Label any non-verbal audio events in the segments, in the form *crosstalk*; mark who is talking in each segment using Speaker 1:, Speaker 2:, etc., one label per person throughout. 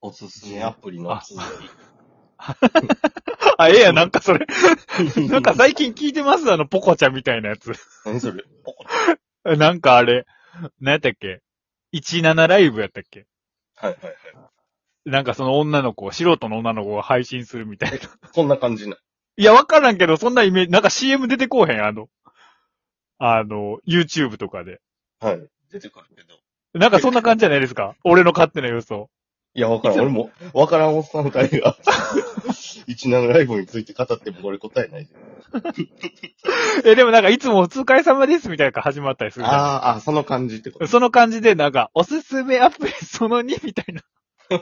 Speaker 1: おすすめアプリの続
Speaker 2: あ、ええやん、なんかそれ。
Speaker 1: *laughs*
Speaker 2: なんか最近聞いてますあの、ポコちゃんみたいなやつ。
Speaker 1: き。何それポコ
Speaker 2: なんかあれ、何やったっけ ?17 ライブやったっけ
Speaker 1: はいはいはい。
Speaker 2: なんかその女の子、素人の女の子が配信するみた *laughs* いな。
Speaker 1: こんな感じな。
Speaker 2: いや、わからんけど、そんなイメージ、なんか CM 出てこうへん、あの、あの、YouTube とかで。
Speaker 1: はい。出てくるけど。
Speaker 2: なんかそんな感じじゃないです *laughs* か俺の勝手な予想。
Speaker 1: いや、わからん。俺も、わからんおっさん二人 *laughs* が、17ライブについて語ってもこれ答えないで。
Speaker 2: え、でもなんかいつもお疲れ様ですみたいなのが始まったりするじゃん。
Speaker 1: あー、あ、その感じってこと。
Speaker 2: その感じで、なんか、おすすめアプリその2みた *laughs* いな。い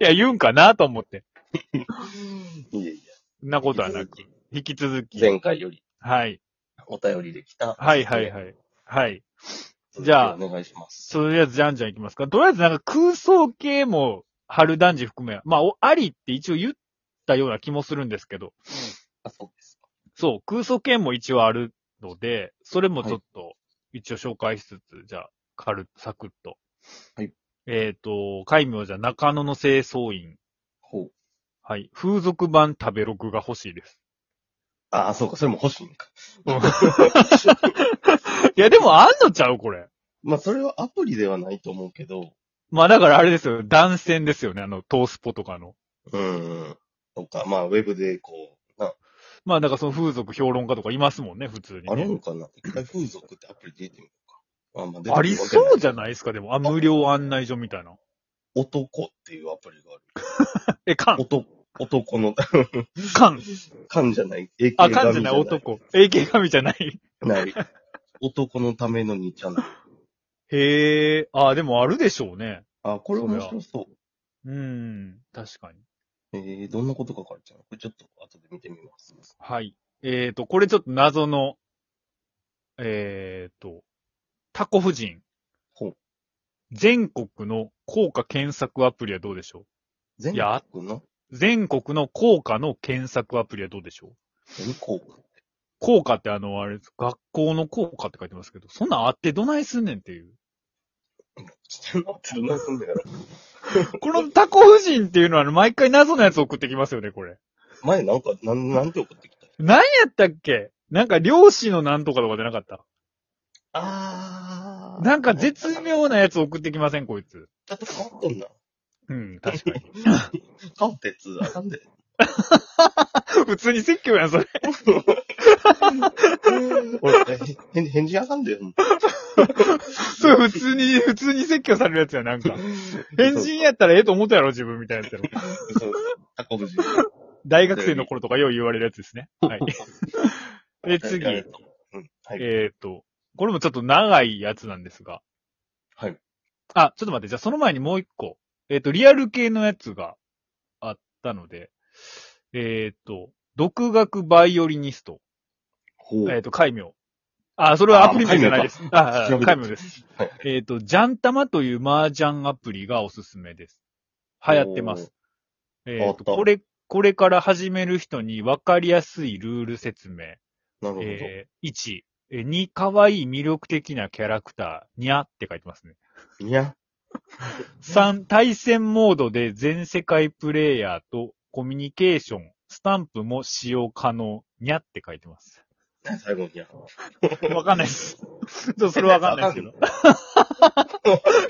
Speaker 2: や、言うんかなと思って。
Speaker 1: いやいや。
Speaker 2: そんなことはなく。引き続き。
Speaker 1: 前回より
Speaker 2: はい。
Speaker 1: お便りできた。
Speaker 2: はいはい
Speaker 1: い。
Speaker 2: はい。はい。じゃあ
Speaker 1: お願いします。
Speaker 2: とりあえずじゃんじゃんいきますか。とりあえずなんか空想系も、春男児含め、まあ、おありって一応言ったような気もするんですけど、
Speaker 1: あ、そうです。
Speaker 2: そう、空想系も一応あるので、それもちょっと、一応紹介しつつ、じゃあ、軽く、サクッと。
Speaker 1: はい。
Speaker 2: えっ、と、海名じゃ中野の清掃員。
Speaker 1: ほう。
Speaker 2: はい。風俗版食べログが欲しいです。
Speaker 1: あー、そうか。それも欲しいん *laughs* か。
Speaker 2: いや、でもあんのちゃうこれ。
Speaker 1: まあ、それはアプリではないと思うけど、
Speaker 2: まあだからあれですよ。断線ですよね。あの、トースポとかの。
Speaker 1: うん。とか、まあ、ウェブでこう、な、
Speaker 2: まあだからその風俗評論家とかいますもんね、普通にね、
Speaker 1: あるのかな一回風俗ってアプリで出てみようか。あ、まあ、出てくる
Speaker 2: ありそうじゃ
Speaker 1: ん。
Speaker 2: ないですか、でも。あ、無料案内所みたいな。
Speaker 1: 男っていうアプリがあ
Speaker 2: え、か
Speaker 1: る。
Speaker 2: ん、
Speaker 1: 男、男の、 *laughs*
Speaker 2: かん。
Speaker 1: 缶じゃない。AK
Speaker 2: あ、かんじゃない、。男。AK 神じゃない。
Speaker 1: ない。男のための2チャンネル。
Speaker 2: へえ、あ、でもあるでしょうね。
Speaker 1: あ、これ面白そう。
Speaker 2: うん、確かに。
Speaker 1: えー、どんなことが書かれてるのこれちょっと後で見てみます。
Speaker 2: はい。えーと、これちょっと謎の、えーと、タコ夫人。
Speaker 1: ほう
Speaker 2: 全国の効果検索アプリはどうでしょ
Speaker 1: 全
Speaker 2: や
Speaker 1: 国の
Speaker 2: う全国の効果の検索アプリはどうでしょう
Speaker 1: 全国。
Speaker 2: 効果ってあの、あれです、学校の効果って書いてますけど、そんなんあってどないすんねんっていう。
Speaker 1: ちょっと待って、どんなすんだよ。
Speaker 2: このタコ夫人っていうのはあの毎回謎のやつ送ってきますよね、これ。
Speaker 1: 前なんか、なん、なんて送ってきた
Speaker 2: 何やったっけなんか漁師のなんとかとかじゃなかった
Speaker 1: あー。
Speaker 2: なんか絶妙なやつ送ってきません、こいつ。
Speaker 1: ちょっと変わっとんな。
Speaker 2: うん、確かに。
Speaker 1: 変わったやつ、あかんで。
Speaker 2: *laughs* 普通に説教やん、それ。
Speaker 1: 俺、え返返事あかんで。ほんと
Speaker 2: それ普通に、普通に説教されるやつや、 *laughs* なんか。変人やったらええと思ったやろ、自分みたいなやつやろ。
Speaker 1: そう。タコ夫人。
Speaker 2: 大学生の頃とかよう言われるやつですね。はい。 *laughs* で、次。
Speaker 1: あり
Speaker 2: え
Speaker 1: がとううん。はい。
Speaker 2: っ、と、これもちょっと長いやつなんですが。
Speaker 1: はい。
Speaker 2: あ、ちょっと待って、じゃあその前にもう一個。えっ、と、リアル系のやつがあったので、えっ、と、独学バイオリニスト。
Speaker 1: ほ
Speaker 2: えっ、と、海名。あ、それはアプリ名じゃないです。あ、あ
Speaker 1: 調べた
Speaker 2: 海名です。
Speaker 1: はい
Speaker 2: えっ、と、ジャンタマという麻雀アプリがおすすめです。流行ってます。えっ、
Speaker 1: あっ
Speaker 2: と、
Speaker 1: た
Speaker 2: これ、これから始める人に分かりやすいルール説明。
Speaker 1: なるほど。
Speaker 2: えー、1、えー2、可愛い魅力的なキャラクター、にゃって書いてますね。
Speaker 1: いや、
Speaker 2: 3、対戦モードで全世界プレイヤーとコミュニケーション、スタンプも使用可能、にゃって書いてます。
Speaker 1: 最後にや。
Speaker 2: わかんないです。 *laughs* ちょっとそれわかんな
Speaker 1: *laughs*
Speaker 2: いですけど。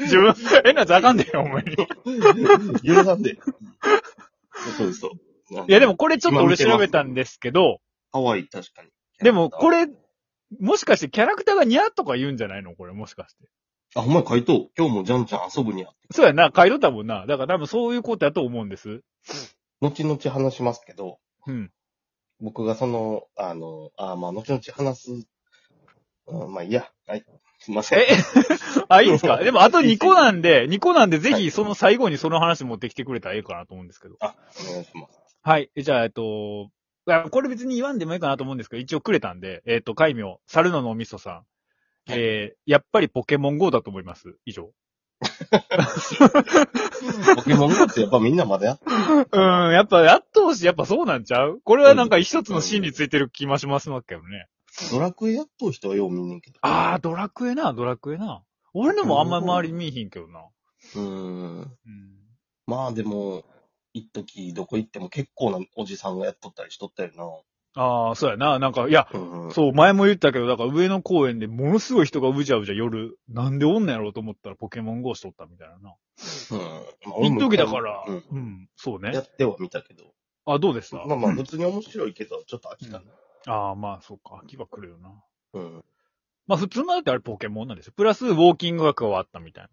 Speaker 2: 自分、えなやつあかんねえよ、
Speaker 1: *laughs*
Speaker 2: お前に。い
Speaker 1: 許さんで。そうそう。い
Speaker 2: や、でも、これちょっと俺調べたんですけど、
Speaker 1: かわいい、確かに。
Speaker 2: でもこ
Speaker 1: れ。
Speaker 2: れ、もしかしてキャラクターがにゃとか言うんじゃないのこれ、もしかして。
Speaker 1: あ、ほんまや、回答。今日もジャンちゃん遊ぶにゃ。
Speaker 2: そうやな、買い取ったもんな。だから多分そういうことやと思うんです。
Speaker 1: 後々話しますけど、
Speaker 2: うん。
Speaker 1: 僕がその、あの、あ、まあ、後々話す。うん、まあ、いいや。はい。すいません。
Speaker 2: え、 *laughs* あ、いいんです *laughs* かでもあと2個なんで、2個なんでぜひその最後にその話持ってきてくれたらええかなと思うんですけど。
Speaker 1: あ、お願いします。
Speaker 2: はい。えじゃあ、えっと、いやこれ別に言わんでもいいかなと思うんですけど、一応くれたんで、えっと、海名、猿の脳みそさん。
Speaker 1: はい
Speaker 2: えー、やっぱりポケモン GO だと思います。以上。
Speaker 1: ポケモン GO ってやっぱみんなまだやっ
Speaker 2: *laughs* うん、やっぱ、やっとうし、やっぱそうなんちゃうこれはなんか一つの芯についてる気もしますけどね。
Speaker 1: ドラクエやっとう人はよう見んねんけど。
Speaker 2: あー、ドラクエな、ドラクエな。俺のもあんまり周り見えひんけどな。
Speaker 1: うーん。
Speaker 2: うん。
Speaker 1: まあでも、一時どこ行っても結構なおじさんがやっとったりしとったよ
Speaker 2: ああ、そうやな。なんか、いや、
Speaker 1: な。うんうん。
Speaker 2: そう、前も言ったけど、だから上野公園でものすごい人がうじゃうじゃ夜、なんでおんのやろうと思ったらポケモン GO しとったみたいなな。
Speaker 1: うん。まあ俺
Speaker 2: 一
Speaker 1: も
Speaker 2: 時だから、
Speaker 1: う
Speaker 2: うんん、そう
Speaker 1: や
Speaker 2: ね。
Speaker 1: っては見たけど。
Speaker 2: あ、どうでした
Speaker 1: まあまあ、
Speaker 2: うん
Speaker 1: 普通に面白いけど、ちょっと飽きたね。
Speaker 2: ああ、まあ、そうか。秋は来るよな。
Speaker 1: うん。
Speaker 2: まあ、普通のだってあれポケモンなんですよ。プラス、ウォーキング学はあったみたい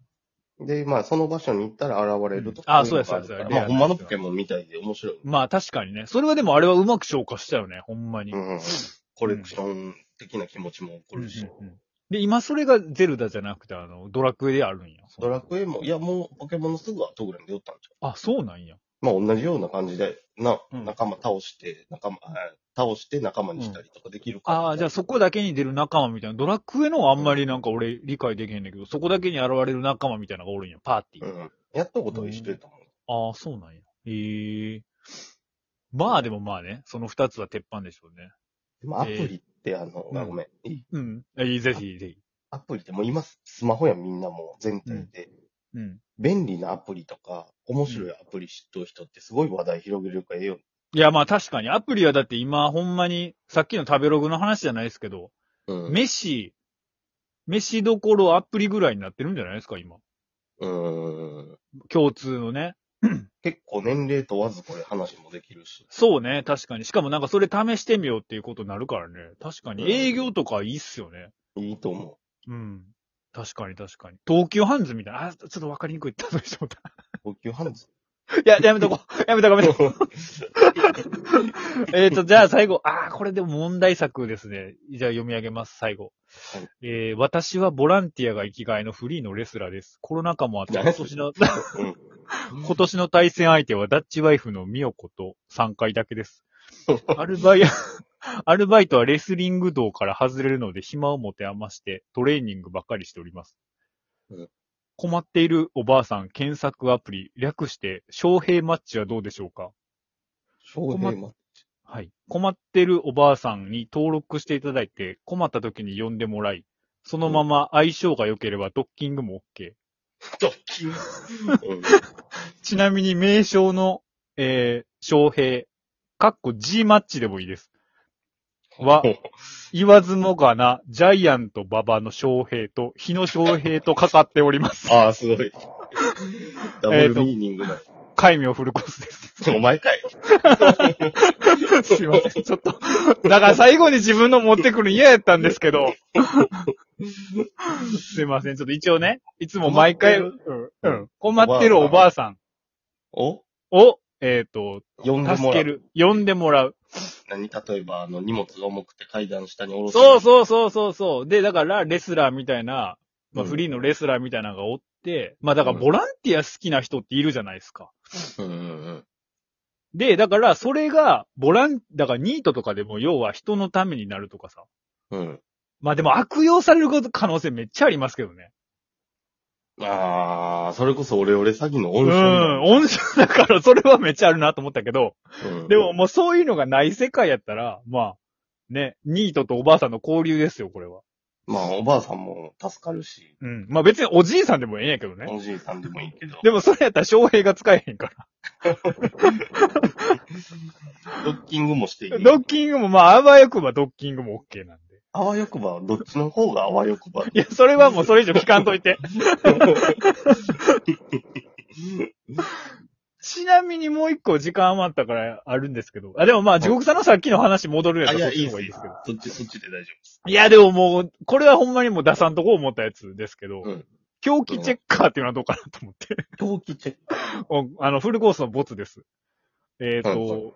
Speaker 2: な。
Speaker 1: で、まあ、その場所に行ったら現れると
Speaker 2: うんあ
Speaker 1: こいのがる
Speaker 2: そうやそう
Speaker 1: から
Speaker 2: やそうや
Speaker 1: まあ、ほんまのポケモンみたいで面白い。
Speaker 2: まあ、確かにね。それはでもあれはうまく消化したよね。ほんまに。
Speaker 1: うん。コレクション的な気持ちも起こるし。
Speaker 2: うんうんうんで、今それがゼルダじゃなくて、あの、ドラクエであるんや。
Speaker 1: ドラクエも、いや、もう、ポケモンのすぐ後ぐらいに寄ったんちゃ
Speaker 2: あ、そうなんや。
Speaker 1: うまあ、同じような感じで、な、
Speaker 2: うん
Speaker 1: 仲間倒して、仲間、あ倒して仲間にしたりとかできるから。
Speaker 2: ああ、じゃあそこだけに出る仲間みたいな。ドラクエのはあんまりなんか俺理解できへんだけど、そこだけに現れる仲間みたいなのがおるんや。パーティー。
Speaker 1: うん。やったことは一緒やと思う。
Speaker 2: ああ、そうなんや。ええまあでもまあね、その二つは鉄板でしょうね。
Speaker 1: でも、アプリって、あの、
Speaker 2: うん
Speaker 1: あごめん。
Speaker 2: うん。えいいぜひぜひ。
Speaker 1: アプリって、もう今、スマホやみんなもう全体で、
Speaker 2: うん。
Speaker 1: 便利なアプリとか、面白いアプリ知っとる人ってすごい話題広げるからええよ。
Speaker 2: いやまあ確かにアプリはだって今ほんまに、さっきの食べログの話じゃないですけど、
Speaker 1: うん。
Speaker 2: 飯、飯どころアプリぐらいになってるんじゃないですか、今。
Speaker 1: うん。
Speaker 2: 共通のね。
Speaker 1: 結構年齢問わずこれ話もできるし。
Speaker 2: そうね、確かに。しかもなんかそれ試してみようっていうことになるからね。確か
Speaker 1: うん
Speaker 2: に。営業とかいいっすよね。
Speaker 1: いいと思
Speaker 2: うん。確かに確かに。東急ハンズみたいな。あ、ちょっとわかりにくい *laughs* って言った
Speaker 1: う。高級ハンズ。
Speaker 2: いや、やめとこう。やめとこう、やめとこ
Speaker 1: *laughs*
Speaker 2: う。えっと、じゃあ最後。あー、これでも問題作ですね。じゃあ読み上げます、最後。
Speaker 1: はい
Speaker 2: えー、私はボランティアが生きがいのフリーのレスラーです。コロナ禍もあって、今年の、
Speaker 1: うん。
Speaker 2: *laughs* 今年の対戦相手はダッチワイフのミヨコと3回だ
Speaker 1: *laughs*
Speaker 2: けです。アルバイ、 *laughs* アルバイトはレスリング道から外れるので暇を持て余してトレーニングばかりしております
Speaker 1: うん。
Speaker 2: 困っているおばあさん検索アプリ、略して、昌平マッチはどうでしょうか
Speaker 1: 小平マッ
Speaker 2: はい。困ってるおばあさんに登録していただいて、困った時に呼んでもらい、そのまま相性が良ければドッキングも OK。
Speaker 1: ドッキング。うん
Speaker 2: ちなみに名称の、えー、翔平、かっこ G マッチでもいいです。は、言わずもがな、ジャイアント馬場の翔平と、日野翔平とかかっております。 *laughs*
Speaker 1: ああ、すごい。ダブルミーニングな。
Speaker 2: 海名フルコースです。
Speaker 1: お前かい。
Speaker 2: *laughs* すいません、ちょっと。だから最後に自分の持ってくるの嫌やったんですけ *laughs* ど。すいません、ちょっと一応ね、いつも毎回、
Speaker 1: 困
Speaker 2: う
Speaker 1: っ
Speaker 2: ん、うん、困ってるおばあさん
Speaker 1: お
Speaker 2: を、えっ、と、
Speaker 1: 呼んで
Speaker 2: 助
Speaker 1: もら
Speaker 2: け
Speaker 1: う。
Speaker 2: る、呼んでもらう。
Speaker 1: 何例えば、あの、荷物が重くて階段下に下ろす。
Speaker 2: そうそうそうそうそう。で、だから、レスラーみたいな、まあ、
Speaker 1: うん
Speaker 2: フリーのレスラーみたいなのがおって、まあ、だから、
Speaker 1: うん
Speaker 2: ボランティア好きな人っているじゃないですか。
Speaker 1: う。うんうん
Speaker 2: で、だから、それが、ボラン、だから、ニートとかでも、要は人のためになるとかさ。
Speaker 1: うん。うん。
Speaker 2: まあ、でも、悪用されること可能性めっちゃありますけどね。
Speaker 1: ああ、それこそオレオレ詐欺の
Speaker 2: う
Speaker 1: 温
Speaker 2: ん。
Speaker 1: 床。
Speaker 2: 温床だから、それはめっちゃあるなと思ったけど、
Speaker 1: うん
Speaker 2: でも、、もうそういうのがない世界やったら、まあ、ね、ニートとおばあさんの交流ですよ、これは。
Speaker 1: まあ、おばあさんも助かるし、
Speaker 2: うん。まあ、別におじいさんでもええんやけどね。
Speaker 1: おじいさんでもいいけど、
Speaker 2: でも、それやったら、翔平が使えへんから。
Speaker 1: ドッキングもしていい。
Speaker 2: ドッキングも、まあ、あわよくばドッキングも OK なんで。
Speaker 1: あわよくば、どっちの方があわよ
Speaker 2: *laughs*
Speaker 1: くば。
Speaker 2: いや、それはもうそれ以上聞かんといて。 *laughs* ちなみにもう一個時間余ったからあるんですけど。あ、でもまあ、地獄さんのさっきの話戻るや
Speaker 1: あ、
Speaker 2: つ
Speaker 1: いや、
Speaker 2: はい
Speaker 1: いっ
Speaker 2: 方
Speaker 1: す
Speaker 2: が
Speaker 1: い
Speaker 2: い
Speaker 1: いっ
Speaker 2: いです
Speaker 1: す
Speaker 2: けど。
Speaker 1: そっち、そっちで大丈
Speaker 2: いや、でももう、これはほんまにもう出さんとこ思ったやつですけど、
Speaker 1: うん
Speaker 2: 狂気チェッカーっていうのはどうかなと思って。
Speaker 1: 夫。狂気チェック。
Speaker 2: おあの、フルコースのボツです。えっ、と、
Speaker 1: はいは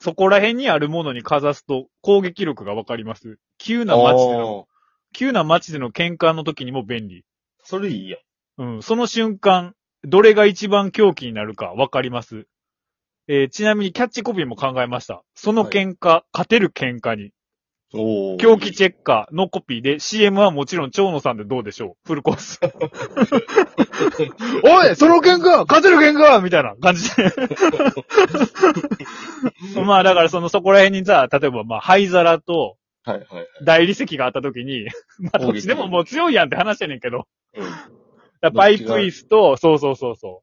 Speaker 2: そこら辺にあるものにかざすと攻撃力がわかります。急な街での、
Speaker 1: あー
Speaker 2: 急な街での喧嘩の時にも便利。
Speaker 1: それいいや。
Speaker 2: うん、その瞬間、どれが一番狂気になるかわかります。えーちなみにキャッチコピーも考えました。その喧嘩、勝てる喧嘩に、
Speaker 1: おー
Speaker 2: 狂気チェッカーのコピーで CM はもちろん蝶野さんでどうでしょうフルコース。おいその喧嘩勝てる喧嘩みたいな感じで。まあだからそのそこら辺にさ、例えばまあ灰皿と
Speaker 1: はいはいはい。
Speaker 2: 大理石があった時に、 *laughs* まあどっちでももう強いやんって話やねんけど。
Speaker 1: うん。
Speaker 2: だからパイプ椅子と、そうそうそうそう。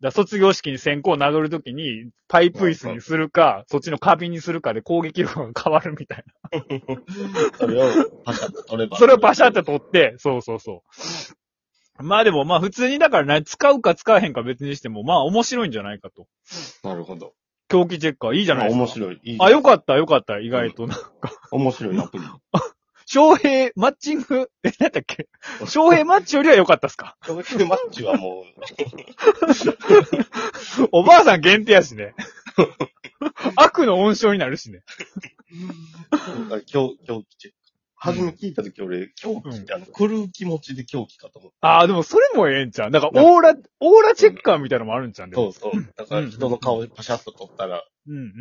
Speaker 2: だから卒業式に線香を殴るときに、パイプ椅子にするか、そっちの花瓶にするかで攻撃力が変わるみたい
Speaker 1: それをパシャッと取れば。
Speaker 2: な。それをパシャって取って、そうそうそう。まあでもまあ普通にだからね、使うか使わへんか別にしても、まあ面白いんじゃないかと。
Speaker 1: なるほど。
Speaker 2: 狂気チェッカーいいじゃない
Speaker 1: あ
Speaker 2: ですか。
Speaker 1: 面白い。いい
Speaker 2: あ、よかったよかった、意外と。
Speaker 1: 面白いア
Speaker 2: *laughs*
Speaker 1: プリ。
Speaker 2: 翔平マッチング、 *laughs* え、なんだっけ翔平マッチよりは良かったっす
Speaker 1: *laughs*
Speaker 2: か
Speaker 1: 長距離マッチはも
Speaker 2: おばあさん限定やしね。悪の温床になるしね。
Speaker 1: う、狂狂気チェック。初め聞いたとき俺、狂気ってあの、狂う気持ちで狂気かと思っ
Speaker 2: ああ、でもそれもええんちゃうなんかオーラ、オーラチェッカーみたいなのもあるんちゃうん
Speaker 1: た。
Speaker 2: でも
Speaker 1: そうそう。だから人の顔でパシャッと取ったら、
Speaker 2: うんうんうん。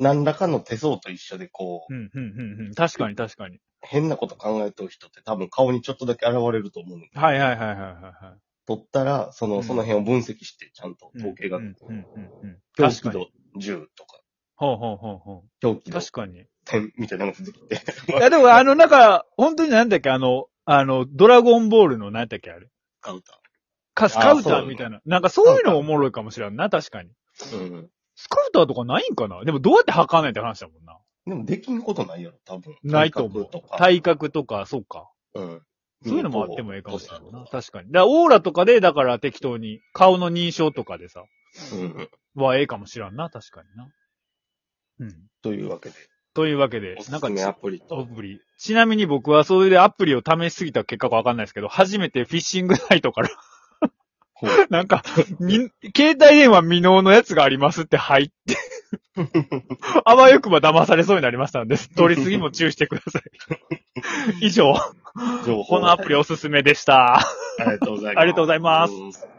Speaker 1: 何らかの手相と一緒でこう
Speaker 2: う、んうんうんうん。確かに確かに。
Speaker 1: 変なこと考えてる人って多分顔にちょっとだけ現れると思うの。
Speaker 2: はいはいはいはいはいはい。
Speaker 1: 取ったら、その、
Speaker 2: うん
Speaker 1: その辺を分析して、ちゃんと
Speaker 2: うん
Speaker 1: 統計が、
Speaker 2: うんうんうんうん。
Speaker 1: 狂
Speaker 2: 確
Speaker 1: 気
Speaker 2: かに。
Speaker 1: 度10とか、
Speaker 2: ほうほうほうほ
Speaker 1: 狂気
Speaker 2: う。
Speaker 1: 度
Speaker 2: 確かに。い
Speaker 1: 10みたいなのが出てきて。
Speaker 2: *laughs* やでもあの、なんか、本当になんだっけ、あの、あの、ドラゴンボールの何だっけ、あれ。
Speaker 1: カウタ
Speaker 2: カス
Speaker 1: あー
Speaker 2: カウターみたいな。なんかそういうのおもろいかもしれんな、確かに。
Speaker 1: ー。うん。
Speaker 2: スカウターとかないんかなでもどうやって測らないって話だもんな。
Speaker 1: でもできんことないやろ、多分。
Speaker 2: ないと思う
Speaker 1: 体格と。か。
Speaker 2: 体格とか、そうか。
Speaker 1: うん。
Speaker 2: そういうのもあってもええかもしれないな。
Speaker 1: な。
Speaker 2: 確かに。だからオーラとかで、だから適当に、顔の認証とかでさ、
Speaker 1: うん。
Speaker 2: はええかもしらんな、確かにな。うん。
Speaker 1: というわけで、
Speaker 2: というわけで
Speaker 1: お、す
Speaker 2: なんか
Speaker 1: すめアプリ
Speaker 2: ア
Speaker 1: と、
Speaker 2: プリ。ちなみに僕はそれでアプリを試しすぎた結果かわかんないですけど、初めてフィッシングサイトから、 *laughs*
Speaker 1: ほう
Speaker 2: なんか、み、携帯電話未納のやつがありますって入って、あわよくば騙されそうになりましたので、取りすぎも注意してください。以上、
Speaker 1: 情報
Speaker 2: このアプリおすすめでした。
Speaker 1: ありがとうございます。
Speaker 2: ありがとうございます
Speaker 1: うん